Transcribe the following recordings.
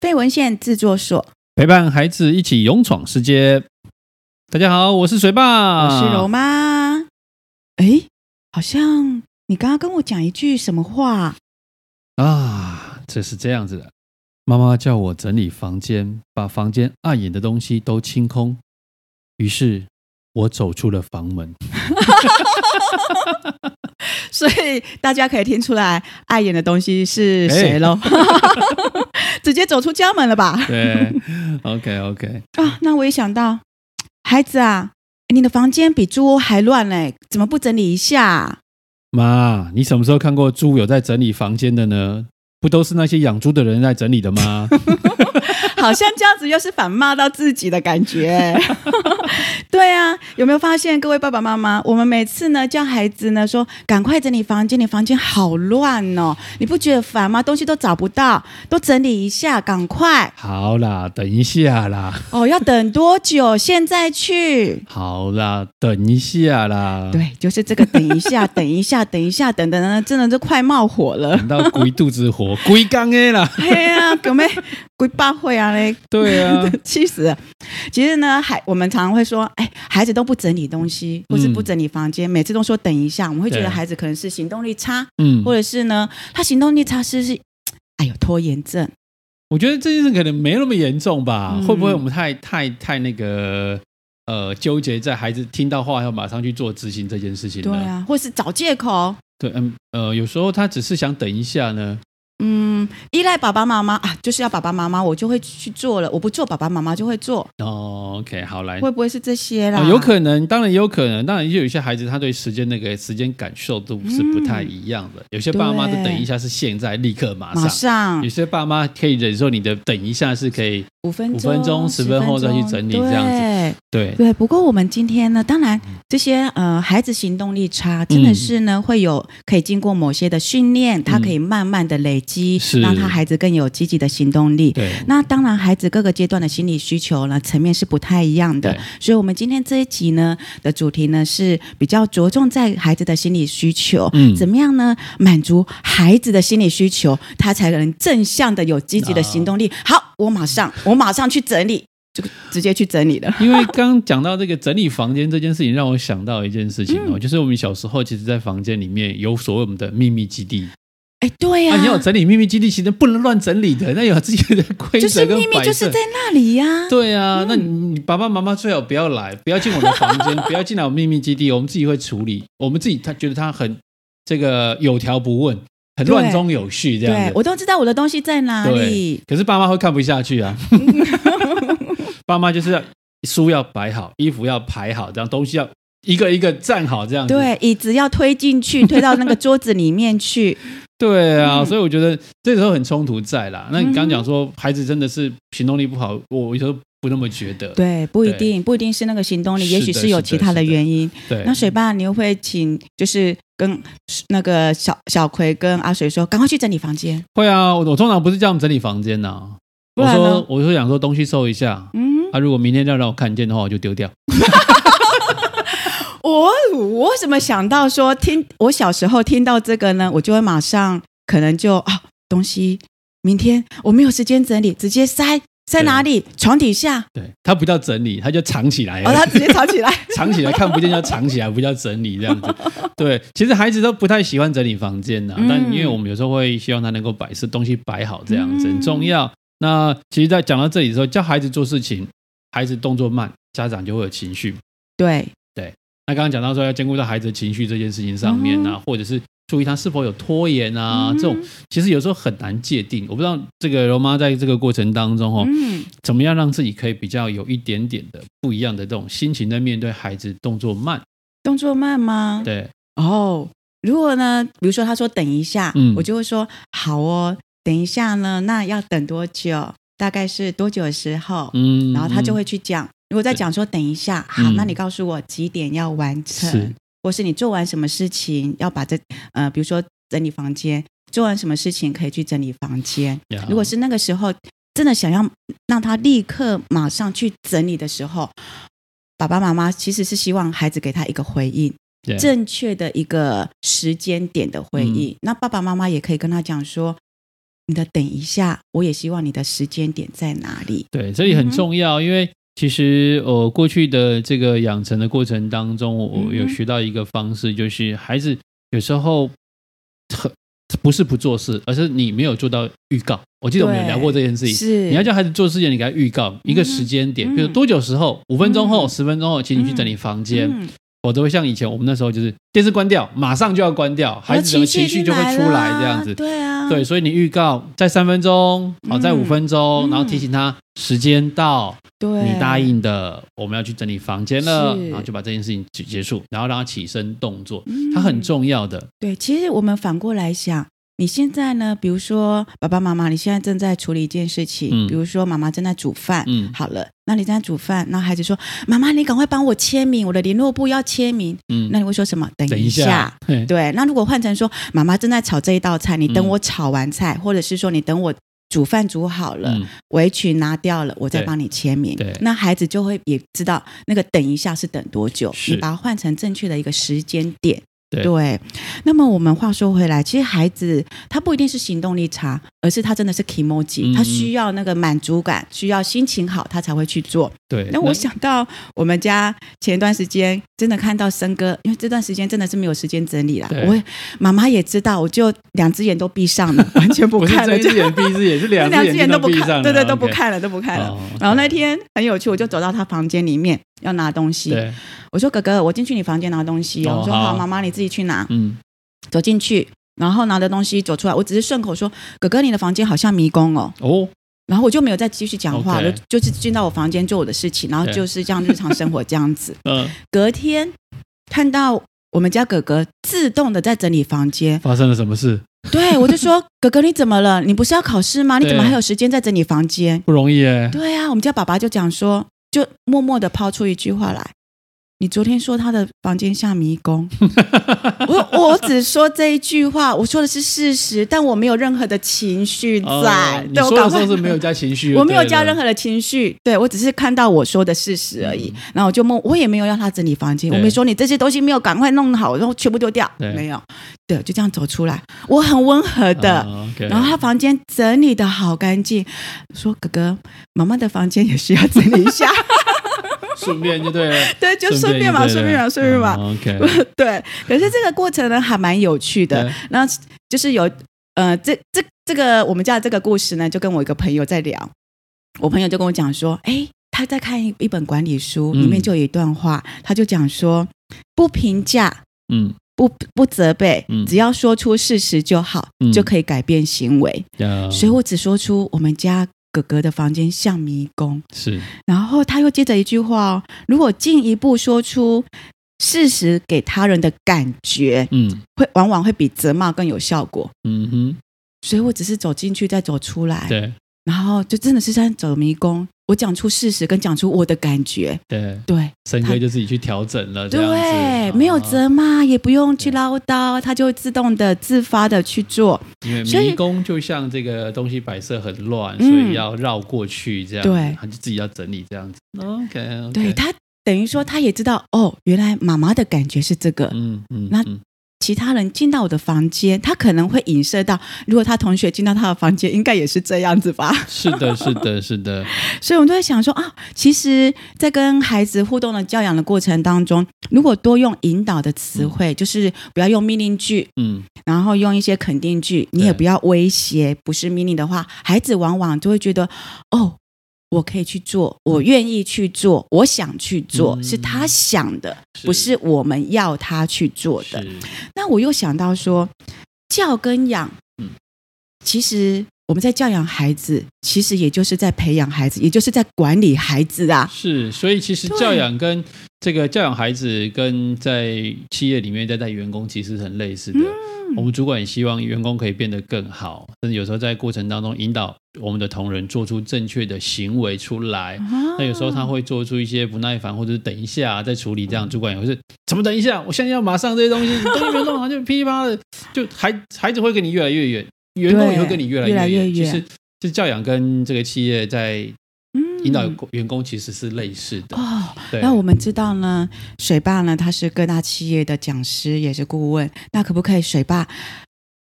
非文献制作所，陪伴孩子一起勇闯世界。大家好，我是水我爸，是柔妈。哎，好像你刚刚跟我讲一句什么话？啊，这是这样子的。妈妈叫我整理房间，把房间碍眼的东西都清空。于是，我走出了房 门。 所以大家可以听出来，碍眼的东西是谁喽？ 直接走出家门了吧？对，OK OK，啊，那我也想到，孩子啊，你的房间比猪窝还乱嘞，怎么不整理一下啊？妈，你什么时候看过猪有在整理房间的呢？不都是那些养猪的人在整理的 吗？好像这样子又是反骂到自己的感觉。 对啊，有没有发现各位爸爸妈妈，我们每次呢叫孩子呢说赶快整理房间，你房间好乱哦，你不觉得烦吗？东西都找不到，都整理一下，赶快好啦，等一下啦，哦，要等多久？现在去。好啦，等一下啦，对，就是这个，等一下， 等一下，等一下，等等等，真的就快冒火了。 等到鬼肚子火，鬼刚的啦，嘿啊，表妹，鬼爸会啊嘞，对 啊，气死了！其实呢，孩我们常常会说，哎，孩子都不整理东西，或是嗯不整理房间，每次都说等一下，我们会觉对得孩子可能是行动力差，嗯，或者是呢，他行动力差是是，哎呦，拖延症。我觉得这件事可能没那么严重吧？嗯会不会我们太太太那个呃纠结在孩子听到话要马上去做执行这件事情呢？对啊，或是找借口，对，嗯呃，有时候他只是想等一下呢。嗯，依赖爸爸妈妈啊，就是要爸爸妈妈，我就会去做了，我不做，爸爸妈妈就会做，哦，OK，好来。会不会是这些啦？哦有可能，当然也有可能，当然也有一些孩子他对时间那个时间感受度是不太一样的。有些爸妈就对等一下是现在立刻马嗯上，马上有些爸妈可以忍受你的等一下是可以五分五分钟十10分后再去钟整理这样子对对嗯对，不过我们今天呢，当然这些呃孩子行动力差，真的是呢、会有可以经过某些的训练，他可以慢慢的累积，嗯是让他孩子更有积极的行动力。对那当然，孩子各个阶段的心理需求呢层面是不太一样的对，所以我们今天这一集呢的主题呢是比较着重在孩子的心理需求，嗯怎么样呢满足孩子的心理需求，他才能正向的有积极啊的行动力。好，我马上我马上去整理，就直接去整理 了。因为刚刚讲到这个整理房间这件事情，让我想到一件事情哦，嗯就是我们小时候其实，在房间里面有所谓我们的秘密基地哎，对呀、啊，你要有整理秘密基地，其实不能乱整理的，那有自己的规就是则跟秘密摆就是嗯设在。那里呀、对啊，那你你爸爸妈妈最好不要来，不要进我的房间，不要进来我秘密基地，我们自己会处理。我们自己他觉得他很这个有条不紊，很乱中有序这样对子。我都知道我的东西在哪对里，。可是爸妈会看不下去 啊，爸妈就是要书要摆好，衣服要排好，这样东西要一个一个站好，这样子。对，椅子要推进去，推到那个桌子里面 去。对啊，嗯所以我觉得这时候很冲突在啦。那你刚嗯哼刚讲说孩子真的是行动力不好，我我有时候不那么觉得。对，不一对定，不一定是那个行动力，是的也许有其他是的的是的原因。对那水爸，你又会请就是跟那个小小葵跟阿水说，赶快去整理房间。会啊，我我通常不是叫他们整理房间呐、不我然呢说我说想说东西收一下，嗯，啊，如果明天要让我看见的话，我就丢掉。我我为什么想到说听我小时候听到这个呢？我就会马上可能就啊东西，明天我没有时间整理，直接塞塞哪里？床底下，对，它不叫整理，它就藏起来。哦，他直接藏起来。藏起来看不见叫藏起来，不叫整理这 样子。对，其实孩子都不太喜欢整理房间呐、嗯但因为我们有时候会希望他能够摆设东西摆好，这样子嗯很重要。那其实，在讲到这里的时候，教孩子做事情，孩子动作慢，家长就会有情绪。对，那刚刚讲到说要兼顾到孩子的情绪这件事情上面啊，或者是注意他是否有拖延啊，嗯这种其实有时候很难界定。我不知道这个柔妈在这个过程当中哦，嗯，怎么样让自己可以比较有一点点的不一样的这种心情在面对孩子动作慢，动作慢吗？对。哦，如果呢，比如说他说等一下，嗯我就会说好哦，等一下呢，那要等多久？大概是多久的时候？嗯，然后他就嗯会去讲。如果再讲说等一下，好，嗯那你告诉我几点要完成是，或是你做完什么事情要把这呃，比如说整理房间，做完什么事情可以去整理房间。呀如果是那个时候真的想要让他立刻马上去整理的时候，爸爸妈妈其实是希望孩子给他一个回应，对嗯正确的一个时间点的回应。那爸爸妈妈也可以跟他讲说。你的等一下，我也希望你的时间点在哪里。对，这里嗯很重要，因为其实呃，过去的这个养成的过程当中，我嗯我哼有学到一个方式，就是孩子有时候很不是不做事，而是你没有做到预告。我记得我们有对聊过这件事情。是，你要叫孩子做事情，你给他预告一个时间点，比如多久时候，五分钟后、嗯十分钟后，请你去整理房间，嗯否则会像以前我们那时候就是电视关掉，马上就要关掉，孩子的情绪就会出来这样子。对啊，对，所以你预告在三分钟，好，在嗯五分钟，然后提醒他时间到，对，你答应的，我们要去整理房间了，是然后就把这件事情结结束，然后让他起身动作，嗯它很重要的。对，其实我们反过来想，你现在呢，比如说爸爸妈妈，你现在正在处理一件事情，嗯比如说妈妈正在煮饭，嗯好了，那你正在煮饭，那孩子说：“妈妈，你赶快帮我签名，我的联络簿要签名。”嗯那，你会说什么？等等一一下，嘿对，那如果换成说妈妈正在炒这一道菜，你等嗯我炒完菜，或者是说你等我煮饭煮好了，嗯，围裙拿掉了，我再对帮你签名对。那孩子就会也知道那个等一下是等多久，是你把它换成正确的一个时间点。对那么我们话说回来，其实孩子他不一定是行动力差，而是他真的是 emoji，、嗯他需要那个满足感，需要心情好，他才会去做。对。那我想到我们家前一段时间真的看到森哥，因为这段时间真的是没有时间整理啦对。我也妈妈也知道，我就两只眼都闭上了， 完全不不是看睁了，一就只眼闭一只眼，是两两只只眼睛都闭上了，对对，都 OK 不。看了，都不看了。哦然后那天很有趣，我就走到他房间里面要拿东西，对，我说：“哥哥，我进去你房间拿东西哦。哦我说：“好好，妈妈你自己去拿。嗯，”走进去，然后拿的东西走出来，我只是顺口说：“哥哥，你的房间好像迷宫哦。”哦，然后我就没有再继续讲话 OK 了，就是进到我房间做我的事情，然后对就是这样日常生活这样子。 呃，隔天看到我们家哥哥自动的在整理房间，发生了什么事？对我就说：“哥哥，你怎么了？你不是要考试吗？你怎么对还有时间在整理房间？”不容易耶，对啊，我们家爸爸就讲说，就默默的抛出一句话来：“你昨天说他的房间像迷 宫。我”我只说这一句话，我说的是事实，但我没有任何的情绪在。哦你对我说搞的时不候好是没有加情绪，我没有加任何。何的情绪，对我只是看到我说的事实而已。嗯然后我就梦，我也没有让他整理房间，对我没说你这些东西没有赶快弄好，然后全部丢掉，对没有，对，就这样走出来，我很温和的。哦，OK 然后他房间整理的好干净，说哥哥，妈妈的房间也需要整理一 下，顺便就对了，对，就顺便嘛，顺便嘛，顺便嘛，嗯 OK， 对。可是这个过程呢，还蛮有趣的哦对。那就是有呃，这这这个我们家的这个故事呢，就跟我一个朋友在聊，我朋友就跟我讲说，哎，他在看一一本管理书，里面嗯就有一段话，他就讲说，不评价。嗯，不不责备嗯，只要说出事实就好，嗯就可以改变行为。 呃所以我只说出我们家哥哥的房间像迷宫，是然后他又接着一句话哦：如果进一步说出事实给他人的感觉，嗯会往往会比责骂更有效果。嗯哼，所以我只是走进去再走出来，对然后就真的是在走迷宫。我讲出事实，跟讲出我的感觉，对，对森哥他就自己去调整了，这样对，子没有，哦责骂，也不用去唠叨，他就会自动的、自发的去做。因为所以迷宫就像这个东西摆设很乱，所嗯以要绕过去这样子，对他就自己要整理这样子，OK，嗯对他，等于说他也知道哦，原来妈妈的感觉是这个，嗯嗯，那嗯其他人进到我的房间，他可能会影射到，如果他同学进到他的房间，应该也是这样子吧。 是的，是的，是的，所以我们都会想说啊，其实，在跟孩子互动的教养的过程当中，如果多用引导的词汇，就是不要用命令句，嗯，然后用一些肯定句，你也不要威胁，不是命令的话，孩子往往就会觉得哦。我可以去做，我愿意去做，我想去做，嗯是他想的，不是我们要他去做的。是那我又想到说，教跟养，嗯其实我们在教养孩子，其实也就是在培养孩子，也就是在管理孩子啊。是，所以其实对教养跟这个教养孩子跟在企业里面在带员工其实很类似的。嗯我们主管也希望员工可以变得更好，甚至有时候在过程当中引导我们的同仁做出正确的行为出来。啊那有时候他会做出一些不耐烦，或者是等一下再处理，嗯这样主管也会是怎么等一下？我现在要马上这些东西，你东西没弄好就噼里啪啦的，就孩孩子会跟你越来越远，员工也会跟你越来越来远。越其远实，这教养跟这个企业在嗯引导员工其实是类似的。哦，对，那我们知道呢，水爸呢，他是各大企业的讲师，也是顾问。那可不可以水爸？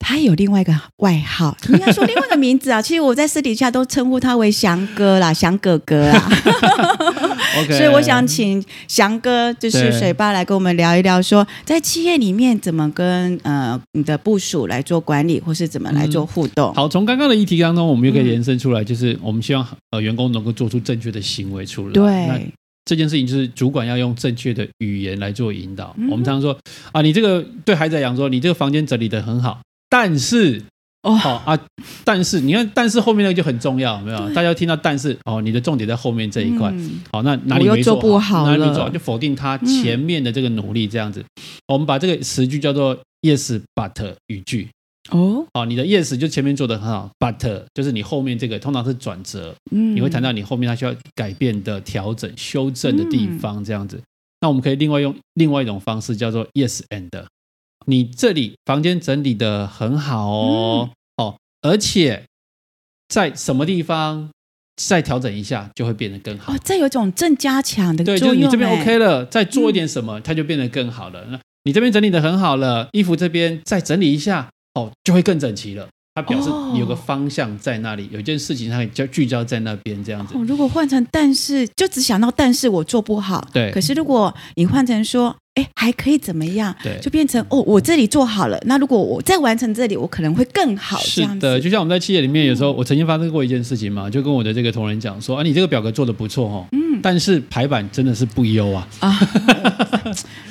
他有另外一个外号，应该说另外一个名字啊。 其实我在私底下都称呼他为翔哥啦，翔哥哥啊啦。 OK，所以我想请翔哥，就是对水爸来跟我们聊一聊说，在企业里面怎么跟呃你的部署来做管理，或是怎么来做互动。好，从刚刚的议题当中，我们嗯又可以延伸出来，就是我们希望呃员工能够做出正确的行为出来。那对，这件事情就是主管要用正确的语言来做引导。嗯我们常说啊，你这个对孩子来讲说，你这个房间整理的很好，但是哦好、啊，但是你看，但是后面那个就很重要，有没有？大家听到但是哦，你的重点在后面这一块。嗯好，那哪里我又没做不好哪里没了嗯做好就否定他前面的这个努力，这样子。我们把这个词句叫做 yes but 语句。哦，哦，你的 yes 就前面做的很好，but 就是你后面这个通常是转折，嗯你会谈到你后面它需要改变的、调整、修正的地方，这样子。嗯那我们可以另外用另外一种方式，叫做 yes and。你这里房间整理的很好嗯哦，哦，而且在什么地方再调整一下，就会变得更好哦。，这有一种正加强的对，就作是用。嗯你这边哎 OK 了，再做一点什么，它就变得更好了。那你这边整理的很好了，衣服这边再整理一下，哦，就会更整齐了。它表示哦你有个方向在那里，有一件事情它可以焦聚焦在那边这样子。哦，如果换成但是，就只想到但是我做不好。对可是如果你换成说，哎，还可以怎么样？对就变成哦，我这里做好了，那如果我再完成这里，我可能会更好。这是样的，子，嗯就像我们在企业里面，有时候我曾经发生过一件事情嘛，就跟我的这个同仁讲说，啊，你这个表格做的不错哦，嗯但是排版真的是不优啊， 啊，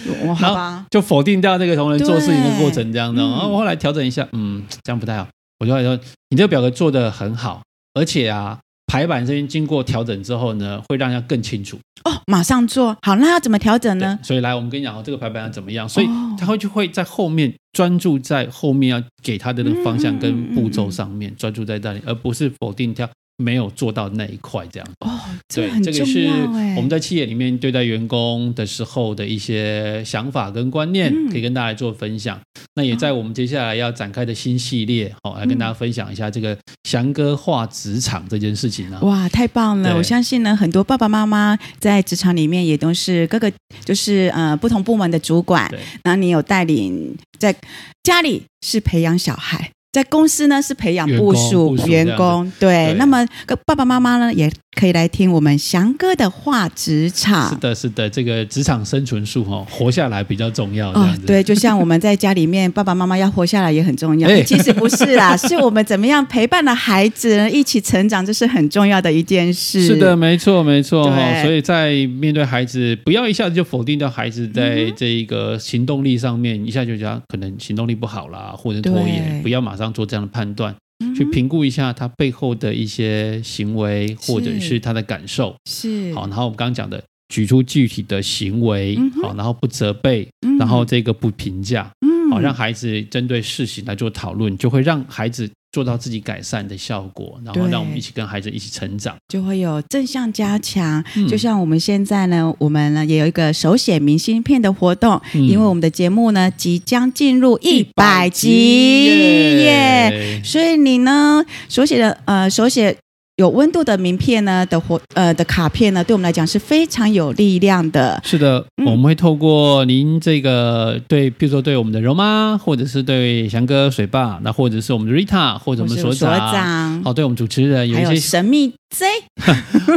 我我好吧，就否定掉这个同仁做事情的过程这样的。对嗯然后我后来调整一下，嗯，这样不太好。我就后来说，你这个表格做的很好，而且啊，排版这边经过调整之后呢，会让人家更清楚。哦，马上做好，那要怎么调整对呢？，所以来我们跟你讲哦，这个排版要怎么样，所以哦他会就会在后面专注在后面要给他的那个方向嗯嗯跟嗯步骤上面，专注在那里，而不是否定掉没有做到那一块这样。哦，这对，很这重个是要哎。我们在企业里面对待员工的时候的一些想法跟观念，嗯可以跟大家来做分享。那也在我们接下来要展开的新系列，好、哦、来跟嗯大家分享一下这个翔哥化职场这件事情啊。哇，太棒了！对我相信呢，很多爸爸妈妈在职场里面也都是各个就是呃不同部门的主管对，然后你有带领在家里是培养小孩。在公司呢是培养员工部署部署员这样工，对，对那么各爸爸妈妈呢也可以来听我们翔哥的话职是场的，是的，这个职场生存术哈、哦，活下来比较重要。这哦样子，，对，就像我们在家里面，爸爸妈妈要活下来也很重 要。哎其实不是啦， 是我们怎么样陪伴了孩子呢一起成长，这是很重要的一件事。是的，，没错，没错对哈。所以在面对孩子，不要一下子就否定掉孩子嗯在这一个行动力上面，一下就讲可能行动力不好啦，或者拖延对，不要马上做这样的判断，嗯去评估一下他背后的一些行为是或者是他的感受。是好，然后我们刚刚讲的。举出具体的行为嗯，哼好，然后不责备，嗯然后这个不评价，嗯好，让孩子针对事情来做讨论，就会让孩子做到自己改善的效果，然后对让我们一起跟孩子一起成长。就会有正向加强。嗯就像我们现在呢，我们呢也有一个手写明信片的活动，嗯因为我们的节目呢即将进入一百集耶所以你呢手写的呃手写。有温度的名片呢的活呃的卡片呢，对我们来讲是非常有力量的。是的，嗯我们会透过您这个对，比如说对我们的柔妈，或者是对翔哥、水爸，那或者是我们的 Rita，或者我们的所所长，长，好，对我们主持人有还有一些神秘 Z，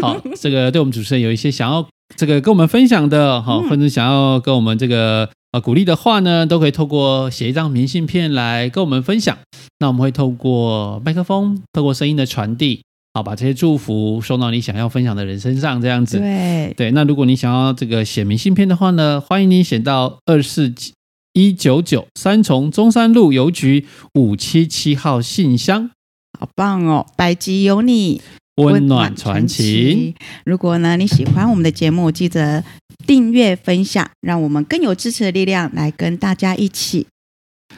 好， 这个对我们主持人有一些想要这个跟我们分享的，好，嗯或者想要跟我们这个呃鼓励的话呢，都可以透过写一张明信片来跟我们分享。那我们会透过麦克风，透过声音的传递，好，把这些祝福送到你想要分享的人身上，这样子。对，对，那如果你想要这个写明信片的话呢，欢迎你写到二四一九九三重中山路邮局五七七号信箱，好棒哦！百集有你，温暖传情。。如果呢你喜欢我们的节目，记得订阅、分享，让我们更有支持的力量来跟大家一起。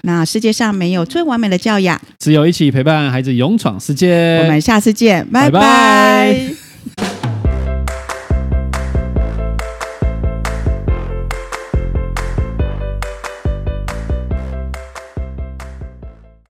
那世界上没有最完美的教养，只有一起陪伴孩子勇闯世界。我们下次见，拜哎拜拜拜